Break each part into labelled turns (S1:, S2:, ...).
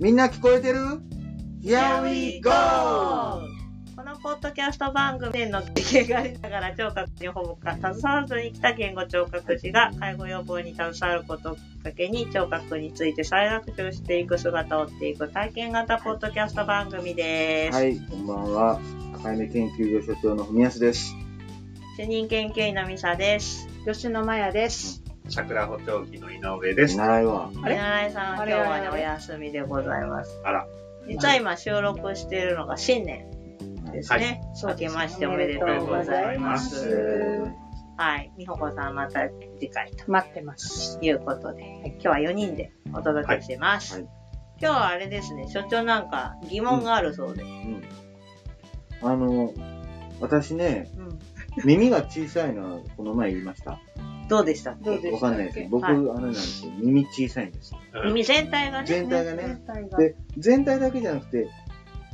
S1: みんな聞こえてる ?Here we go!
S2: このポッドキャスト番組の経験がありながら聴覚にほぼか携わらずに来た言語聴覚士が介護予防に携わることをきっかけに聴覚について再学習していく姿を追っていく体験型ポッドキャスト番組です。
S1: はい、こんばんは。赤目研究所所長の文康です。
S2: 主任研究員のミサです。
S3: 吉野真也です。
S4: 桜補聴器の井上です。
S1: 習いは。
S3: あれ
S2: 見習いさんは今日はね
S3: あ
S2: お
S3: れ
S2: 休みでございます。
S4: あら、
S2: 実は今収録しているのが新年ですね。明けましておめでとうございま
S3: おめ
S2: す。
S3: でとうございます
S2: はい。美穂子さんまた次回と。
S3: 待ってます。
S2: ということで、今日は4人でお届けします。
S1: はいは
S2: 今日はあれですね、所長なんか疑問があるそうで。
S1: うん。あの、私ね、
S2: うん
S1: 耳が小さいのはこの前言いました。
S2: どうでしたっ
S3: どう
S2: け
S3: で
S1: わ
S3: した
S1: かん
S3: っ
S1: ないです
S3: け
S1: ね。僕、
S2: はい
S1: あれなんですよ。耳小さいんですよ。
S4: うん
S2: 耳全体がね、
S1: 全体がね。
S3: 体が
S1: で、全体だけじゃなくて、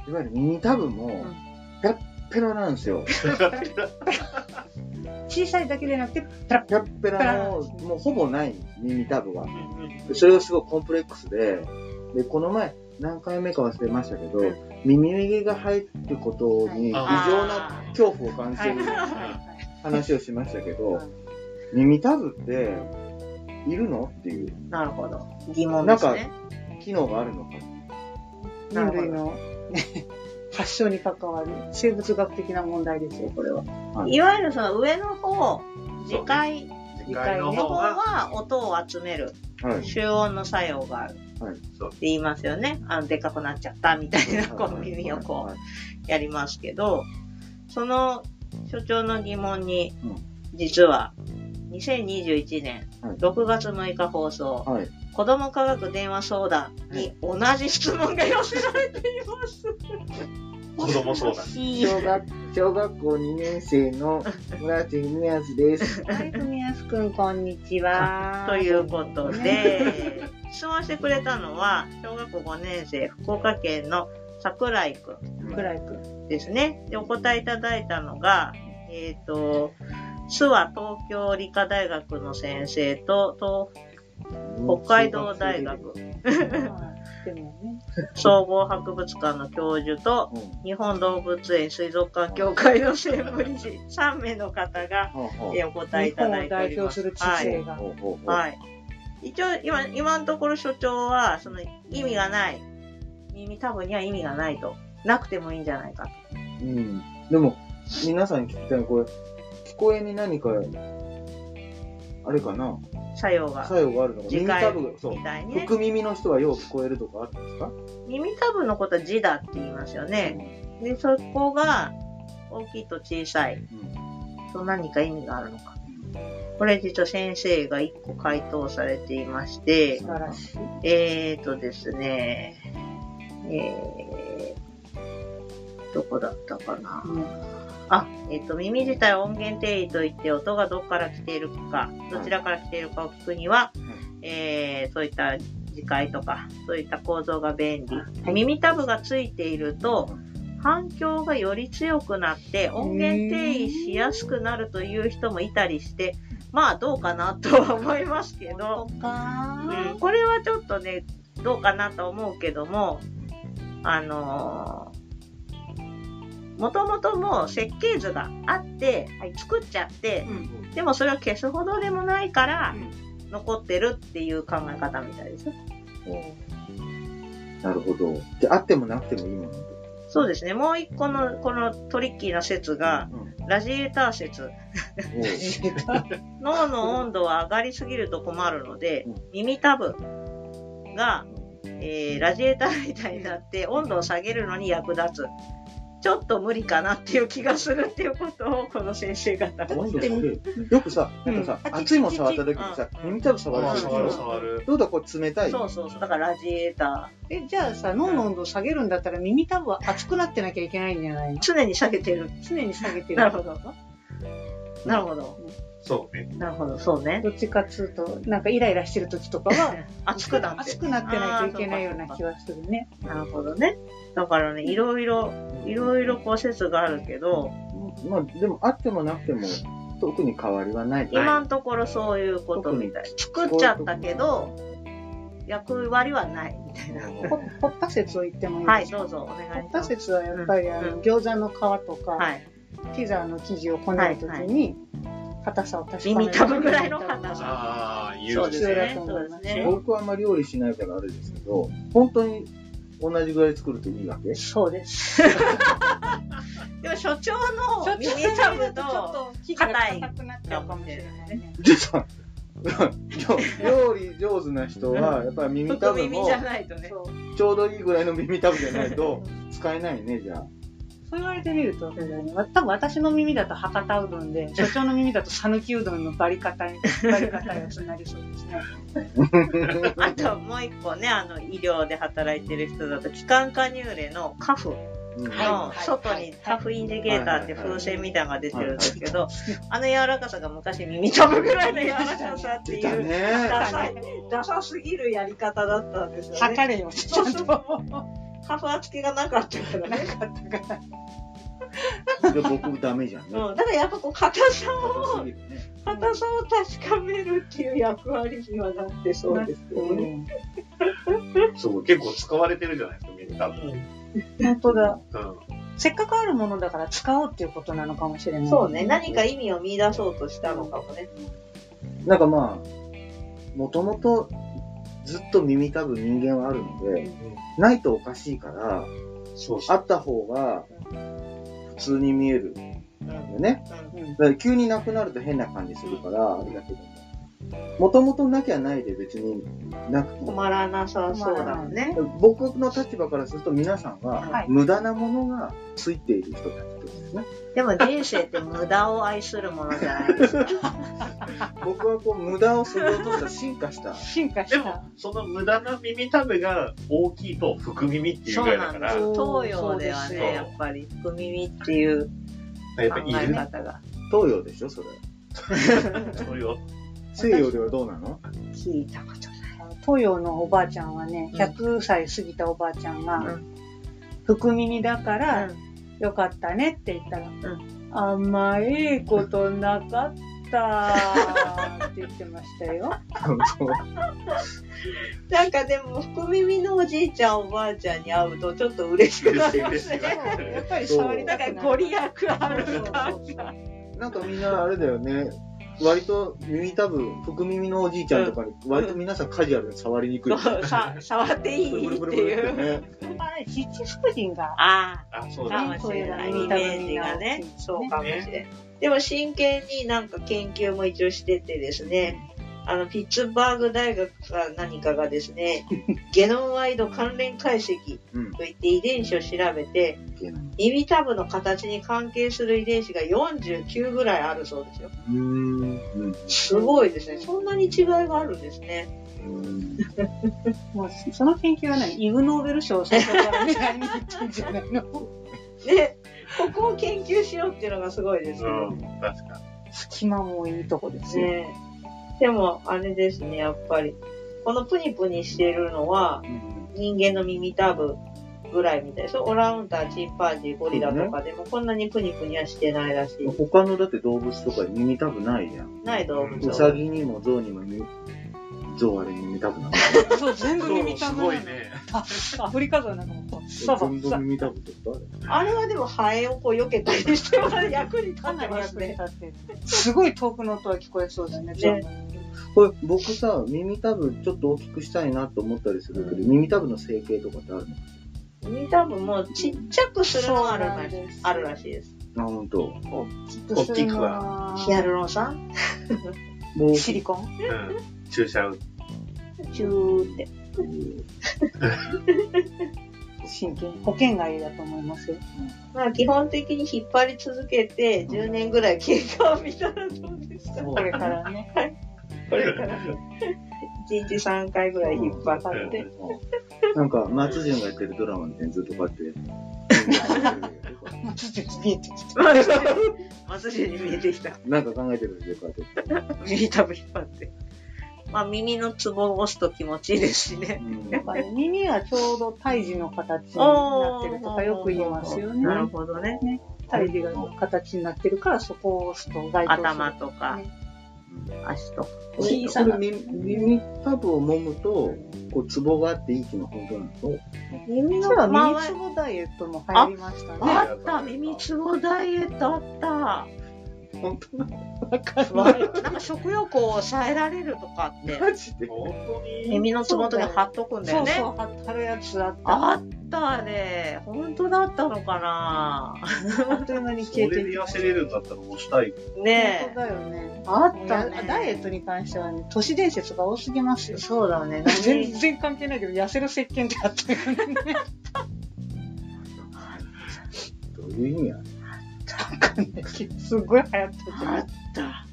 S1: いわゆる耳たぶも
S2: ん、
S1: ペラッペラなんですよ。
S3: 小さいだけでなくて、ペラッ
S1: ペラッペラの、もうほぼない耳たぶが。でそれがすごいコンプレックスで、で、この前、何回目か忘れましたけど、耳毛が入ることに異
S4: あ
S1: 常な
S2: あ
S1: 恐怖を感じてる話をしましたけど、耳たぶって、いるのっていう
S2: ーなるほど。疑問ですね。
S1: 機能があるのか。
S3: 人類のね発祥に関わる生物学的な問題ですよ、これは。
S1: はい
S2: いわゆるその上の方、次回
S4: 次回の
S2: の
S4: 方
S2: 方
S4: が、
S2: は音を集める
S1: はい。
S2: 集音の作用があるって
S4: そう
S2: 言いますよね。あの、でかくなっちゃったみたいな、こう耳をこう
S1: はい。
S2: やりますけど、その所長の疑問に、
S1: うん
S2: 実は、2021年
S1: はい
S2: 6月6日放送、
S1: はい。はい
S2: 子ども科学電話相談に同じ質問が寄せられています。
S4: 子供相談。
S1: 小学、小学校2年生の村地文康です。
S3: はい、富安くん、こんにちは。
S2: ということで、質問してくれたのは、小学校5年生、福岡県の桜井くん。
S3: くらいくん。
S2: ですね。で、お答えいただいたのが、えっ、と、諏訪東京理科大学の先生と、東 北海道大学
S3: でもね、
S2: 総合博物館の教授と、
S1: うん。
S2: 日本動物園水族館協会の専務理事3名の方が、
S1: ほうほう
S2: えーお答えい
S3: 日
S2: た
S3: 本
S2: だ
S3: を
S2: いておりま
S3: 代表
S2: す。
S3: する知
S2: はい。
S3: 性が。
S1: ほうほうほう
S2: はい。一応、今、今のところ所長は、その意味がない。耳たぶには意味がないと。なくてもいいんじゃないかと。
S1: うん。でも、皆さんに聞きたいのはこれ、聞こえに何か、あれかな
S2: 作用が。
S1: 作用があるのか
S2: 次
S1: 耳
S2: 回
S1: たぶが、そう
S2: み。たいにね。
S1: 福耳の人はよう聞こえるとかあるんですか
S2: 耳たぶのことは字だって言いますよね。で、そこが大きいと小さいと何か意味があるのか。これ実は先生が1個回答されていまして
S3: 素、晴らしい。
S2: えーとですね、えー、どこだったかな。あ、えっ、と、耳自体を音源定位といって、音がどこから来ているか、どちらから来ているかを聞くには、えー、そういった磁界とか、そういった構造が便利。耳たぶがついていると、反響がより強くなって、音源定位しやすくなるという人もいたりして、まあ、どうかなとは思いますけど、
S3: か
S2: うんこれはちょっとね、どうかなと思うけども、あのー、もともともう設計図があって、作っちゃって、でもそれを消すほどでもないから、残ってるっていう考え方みたいですよ。
S1: うんなるほど。じゃあ、あってもなくてもいいもの
S2: そうですね。もう一個の、このトリッキーな説が、
S1: うん
S2: ラジエーター説。
S1: おう
S2: 脳の温度は上がりすぎると困るので
S1: うん、
S2: 耳たぶが、えーラジエーターみたいになって温度を下げるのに役立つ。ちょっと無理かなっていう気がするっていうことをこの先生方が。
S1: 温度低いよくさ、なんかさ、熱いもん触った時にさ
S2: う、ん
S1: 耳たぶ触る
S4: 触
S1: で
S4: る
S1: し
S4: 触る
S1: ょ
S4: 触る。
S1: どうだ、これ冷たい。
S2: そうそうそう。だからラジエーター。
S3: え、じゃあさ、脳の温度を下げるんだったら耳たぶは熱くなってなきゃいけないんじゃないの
S2: 常に下げてる。
S3: 常に下げてる。
S2: なるほど。なるほど。
S4: そうね。
S2: なるほど。そうね。
S3: どっちかっつうと、なんかイライラしてる時とかは、
S2: 熱くなって
S3: 熱くなってないといけないような気はするね。
S2: なるほどね。だからね、いろいろ、いろいろこう説があるけど、
S1: まあ、でも、あってもなくても、特に変わりはない。
S2: 今のところそういうことみたい。作っちゃったけど、役割はないみたいな。
S3: ほほった説を言ってもいい
S2: は
S3: で
S2: い、
S3: すか、
S2: どうぞお願い
S3: ほ
S2: し
S3: っ
S2: ま
S3: た
S2: す。
S3: 説はやっぱりあ
S2: う
S3: の
S2: ん
S3: 餃子の皮とか、
S2: はい。
S3: ピザの生地をこねるときに、硬さを確かめる。
S2: 耳たぶぐらいの硬さ
S4: ああ、言
S2: そう
S4: う
S2: で
S4: ですす
S2: ね
S4: ね。。
S2: そうですね。
S1: 僕はあんま料理しないからあれですけど、本当に同じぐらい作るといいわ け
S3: そうです。
S2: でも所長の耳たぶと、
S3: ちょっと
S2: 硬い
S3: くなっね。
S1: じゃさ、料理上手な人は、やっぱり耳た
S2: 太
S1: ぶ
S2: 耳
S1: も
S2: じゃないとね。
S3: そう
S1: ちょうどいいぐらいの耳たぶじゃないと使えないね、じゃ あ。
S3: そう言われてみると、わ多分私の耳だと博多うどん で、所長の耳だと讃岐うどんのバリ方 に、バリ方になりそうですね。
S2: あともう一個ね、あの、医療で働いてる人だと、気管加入れのカフ
S1: うん
S2: の外にタフインジゲーターって風船みたいなのが出てるんですけど、あの柔らかさが昔耳たぶぐらいの柔らかさって
S1: 出
S2: い
S1: た
S2: う、
S1: ね。
S2: ダサい、ダサすぎるやり方だったんですよね。
S3: 測れよ、ちゃんと。
S2: カフは付けがなかったからね。
S1: で僕ダメじゃんね。
S2: うん、だからやっぱこう硬さ
S1: 硬す
S2: を、
S1: ぎるね
S2: 硬さを確かめるっていう役割にはなってそうですよね。
S4: そう、結構使われてるじゃないですか、みんな。
S3: 本当だ。
S4: うん。
S3: せっかくあるものだから使おうっていうことなのかもしれない。
S2: そうね、何か意味を見出そうとしたのかもね。
S1: なんかまあ、もともとずっと耳たぶ人間はあるので、ないとおかしいから、
S4: そうそ
S1: あ
S4: う。
S1: った方が普通に見えるんだよね。だから急になくなると変な感じするから、あれだけども。もともとなきゃないで別になくても。
S2: 困らなさそうだもんね。
S1: 僕の立場からすると皆さんは
S3: はい
S1: 無駄なものがついている人たちってことですね。
S2: でも人生って無駄を愛するものじゃない ですか。
S1: 僕はこう無駄をそぎ落とした進化した。
S3: 進化し
S4: で
S3: た
S4: も。、その無駄な耳たぶが大きいと、福耳っていうぐらいだから、
S3: そう
S2: 東洋では
S3: そう
S4: ですよ
S2: ね、やっぱり、福耳っていう
S4: やっ
S2: 考
S4: ぱい
S2: え
S4: るね。
S2: 方が。
S1: 東洋でしょ、それ。
S4: そうよ。
S1: 西洋ではどうなの
S2: 聞いたこと
S3: 東洋のおばあちゃんはね、
S2: うん
S3: 100歳過ぎたおばあちゃんが、
S2: う
S3: 福耳だから、
S2: ない。
S3: よかったねって言ったら、
S2: ん
S3: あんまいいことなかったって言ってましたよ。
S2: なんかでも、福耳のおじいちゃん、おばあちゃんに会うと、ちょっと嬉しくなりますね。
S3: やっぱり
S1: 触り
S2: な
S1: た
S2: んかご利益あるな。
S1: なんかみんなあれだよね。割と耳たぶ、福耳のおじいちゃんとかに、割と皆さんカジュアルに触りにくい。
S2: そうさ触っていいっていう。
S1: ね。
S3: 七福神が、
S2: あ
S4: あ、そう
S2: あ、
S4: だ
S2: か
S4: ね。
S2: もしれない。イメージがね、そうかもしれない。でも真剣になんか研究も一応しててですね、あの、ピッツバーグ大学か何かがです ね、ゲノムワイド関連解析
S1: うん。
S2: といって遺伝子を調べて、耳たぶの形に関係する遺伝子が49ぐらいあるそうですよ。
S1: うん。うん。
S2: すごいですね。そんなに違いがあるんですね。
S1: うん
S3: もうその研究はね、イグ・ノーベル賞を最初から狙いに行ったんじゃないの
S2: で、ここを研究しようっていうのがすごいですけ
S4: う
S2: ど。
S4: ん、確か
S3: 隙間もいいとこですよ。
S2: ねえ。でも、あれですね、やっぱり。このプニプニしてるのは、人間の耳たぶぐらいみたいです。オランウータン、チンパンジー、ゴリラとかでも、こんなにプニプニはしてないらしい。
S1: 他のだって動物とかに耳たぶないじゃん。
S2: ない動物
S1: ウ
S2: は
S1: サギにもゾウにも耳、ゾウあれ耳たぶなの。
S3: そう、全
S4: に。
S3: 部耳た
S4: す
S3: ぶなの
S4: ごい。ね。
S3: アフリカゾウなんかも、そうそう
S1: 全部耳たぶってこと
S2: あれはでもハエをこう避けたりしても役に立
S3: か
S2: っ
S3: な
S2: て
S3: り
S2: ます
S3: 役に
S2: ね。
S3: 立ってる。すごい遠くの音は聞こえそうだね、全部。
S1: これ僕さ、耳たぶちょっと大きくしたいなと思ったりするけど、耳たぶの整形とかってある
S2: 耳たぶもちっちゃくするのがあるらしい
S3: そう
S2: あるらしいです。
S1: のあ、ほんと。
S4: 大きく
S3: は
S2: ヒアルロン酸
S1: もう
S3: シリコン
S4: うん。注射打って
S2: チューって。
S3: 神経。保険がいいだと思いますよ。
S2: まあ基本的に引っ張り続けて、10年ぐらい経過を見たらどうですか
S3: これからね。
S2: これから。1日3回ぐらい引っ張って。
S1: なんか、松潤がやってるドラマみたいにずっとこうやって。
S3: もうちょっと見えてきた。
S2: 松潤に見えてきた。
S1: なんか考えてるんですよ、こうやって。
S2: 耳たぶ引っ張って。まあ耳のツボを押すと気持ちいいですしね。
S1: うん
S3: やっぱり耳はちょうど胎児の形になってるとかよく言いますよ
S2: なる
S3: ね。
S2: ほどね。
S3: 胎児が形になってるからそこを押すと該当する。
S2: 頭とか。
S3: ね
S2: 足とか。上
S1: 小
S2: と
S1: さ
S2: か
S1: な耳耳たぶを揉むと、こう、ツボがあっていいっていうのは本当なの
S3: 耳
S2: そうだ
S3: の
S2: 耳
S3: 耳つぼダイエットも流行りましたね。
S2: あった耳つぼダイエットあった
S1: 本当なのわかんない。
S2: なんか食欲を抑えられるとかって。
S1: マジで
S4: 本当 に
S2: 耳のつぼのとに貼っとくんだ
S3: そ
S2: よ
S3: う
S2: ね。
S3: そう、貼るやつあった。
S2: あったね。本当だったのかな
S3: あっという間に
S4: そ
S3: 消え
S4: れ
S3: てい
S4: で
S3: きま
S4: 痩
S3: し
S4: せれるんだったらもうしたい。
S2: ね
S3: だよね。あった
S2: ね
S3: ね。ダイエットに関してはね、都市伝説が多すぎます
S2: え。
S3: よ。
S2: そうだね。
S3: 全
S2: 何
S3: 然関係ないけど、痩せる石鹸ってあったよね。
S1: どういう意味や
S3: なんかねすっごい流行って
S2: あった。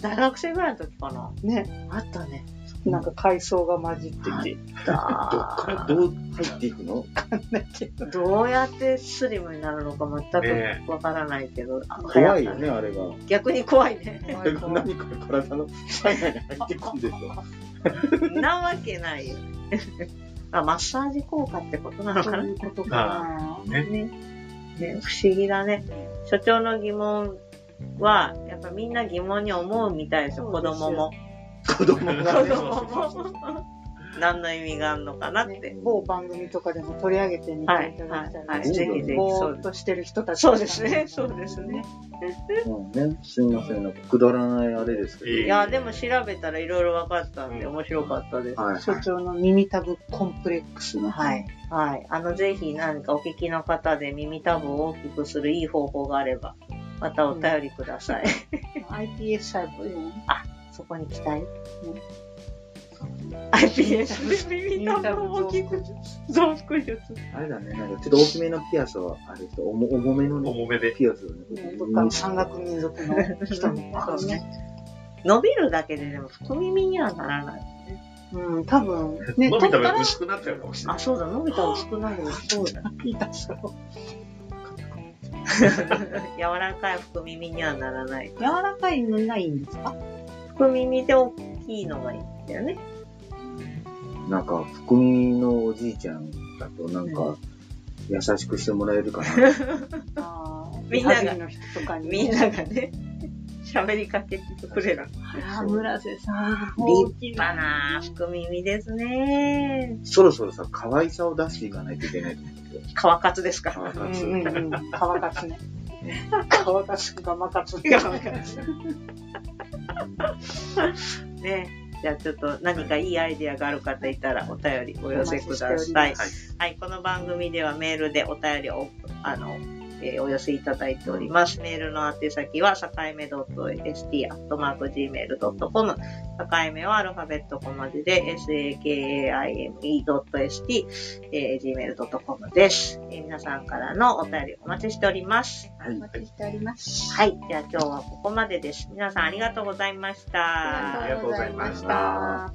S2: 大学生ぐらいの時かな。
S3: てね。
S2: あったね。
S3: ね。なんか海藻が混じってて。
S2: あっ
S1: どっから
S2: た。
S1: どう入っていくの
S3: なんだっけ
S2: どうやってスリムになるのか全
S4: ね
S2: くわからないけど、あ
S1: 怖いよ
S2: 流
S1: ね、
S2: 行っ
S1: あれが。
S2: た逆に怖いね。
S1: 何か体の体内に入ってくんでしょ。
S2: なわけないよ。あ、マッサージ効果ってことなのか
S3: そう
S2: な。
S3: いうことかな。
S4: ね
S2: ねね不思議だね。所長の疑問は、やっぱみんな疑問に思うみたいですよ、
S3: そ
S2: 子
S3: うですよ
S2: 供も。
S1: 子供が
S2: 子
S1: ね。
S2: 供も。 何の意味があるのかなっ
S3: ね
S2: て。
S3: 某番組とかでも取り上げてみていただきたい
S2: は
S1: は
S2: い
S1: いはいぜひぜ
S2: ひ
S3: ぼーっとしてる人たち
S2: そうですね、そうですね。。
S1: うんね、すいません、なんかくだらないあれですけど。
S4: え
S2: いや、でも調べたらいろいろ分かったんで、
S4: うん
S2: 面白かったです。
S1: はい
S3: 所長の耳たぶコンプレックスの。
S2: はい。はい。あの、ぜひ何かお聞きの方で耳たぶを大きくするいい方法があれば、またお便りください。
S3: iPS 細胞よね。
S2: そこに期待。IPS 耳たぶを大きく増幅術。
S1: あれだね、なんかちょっと大きめのピアスは、あれ、ちょっと重重めのね、
S4: 重めで。
S1: ピアスをね、
S3: どっかの山岳民族の人も。
S2: そうね伸びるだけででも太耳にはならない。
S3: うん、多分、ね、
S4: 伸び
S3: 取
S4: た
S3: った
S4: ら
S3: ら
S4: 薄くなっちゃうかもしれない
S2: あ、。そうだ、伸びたら薄くなる。そうだ。
S3: 痛そう。
S2: 柔らかい太耳にはならない。
S3: 柔らかいのないんですか
S2: 太耳で大きいのがいいんだよね。
S1: なんか、福耳のおじいちゃんだと、なんか、優しくしてもらえるかな。
S3: あー
S2: みんなが
S3: リハビリの人とかに。
S2: みんながね、喋りかけてくれる。
S3: あー村瀬さん。
S2: 立派な福耳ですね。
S1: そろそろさ、可愛さを出していかないといけないと思って。
S2: 川勝ですか。
S1: 川
S3: うん
S1: 勝
S3: うんうん。乾か すね。乾かす、ガマかつ。
S2: ガマカね。じゃあちょっと何かいいアイデアがある方いたらお便りお寄せください。はい、この番組ではメールでお便りを、あの、えーお寄せいただいております。メールの宛先は、さかいめ .st.gmail.com。さかいめはアルファベット小文字で、sakaime.st、えー gmail.com です、えー皆さんからのお便りお待ちしております。
S1: はい
S3: お待ちしております。
S2: はい、じゃあ今日はここまでです。皆さんありがとうございました。
S4: ありがとうございました。